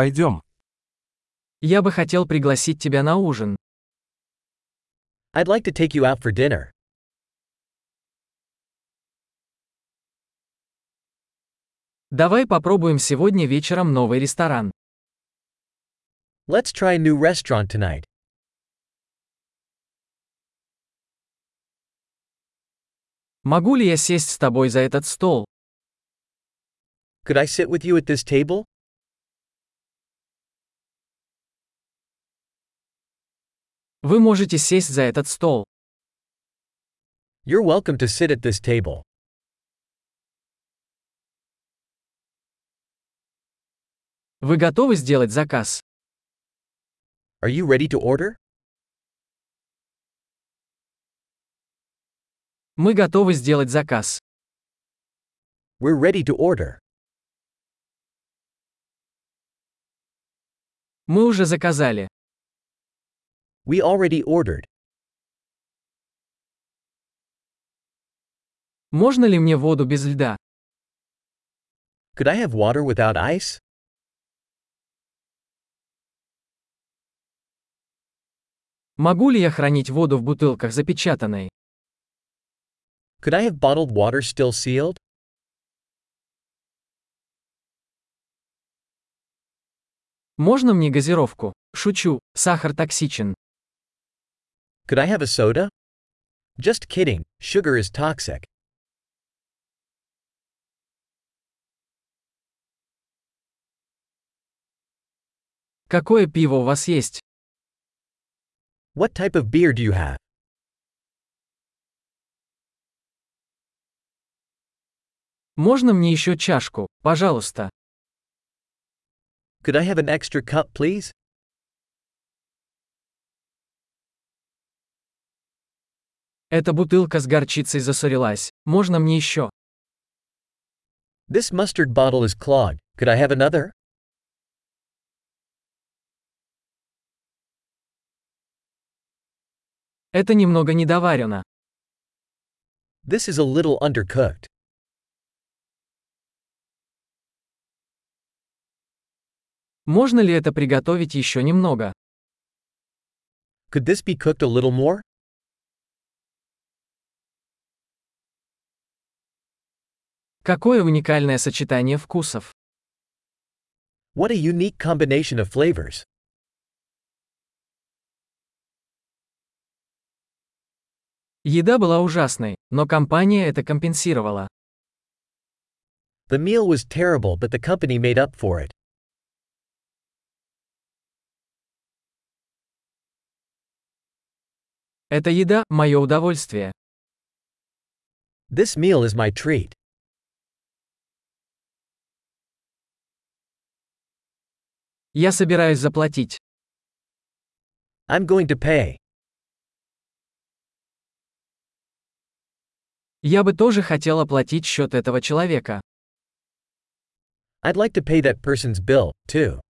Пойдем. Я бы хотел пригласить тебя на ужин. I'd like to take you out for dinner. Давай попробуем сегодня вечером новый ресторан. Let's try a new restaurant tonight. Могу ли я сесть с тобой за этот стол? Could I sit with you at this table? Вы можете сесть за этот стол. You're welcome to sit at this table. Вы готовы сделать заказ? Are you ready to order? Мы готовы сделать заказ. We're ready to order. Мы уже заказали. We already ordered. Можно ли мне воду без льда? Could I have water without ice? Могу ли я хранить воду в бутылках запечатанной? Could I have bottled water still sealed? Можно мне газировку? Шучу, сахар токсичен. Could I have a soda? Just kidding, sugar is toxic. Какое пиво у вас есть? What type of beer do you have? Можно мне еще чашку, пожалуйста? Could I have an extra cup, please? Эта бутылка с горчицей засорилась. Можно мне еще? This mustard bottle is clogged. Could I have another? Это немного недоварено. This is a little undercooked. Можно ли это приготовить еще немного? Could this be cooked a little more? Какое уникальное сочетание вкусов. What a unique combination of flavors. Еда была ужасной, но компания это компенсировала. The meal was terrible, but the company made up for it. Эта еда – мое удовольствие. This meal is my treat. Я собираюсь заплатить. I'm going to pay. Я бы тоже хотел оплатить счет этого человека. I'd like to pay that person's bill, too.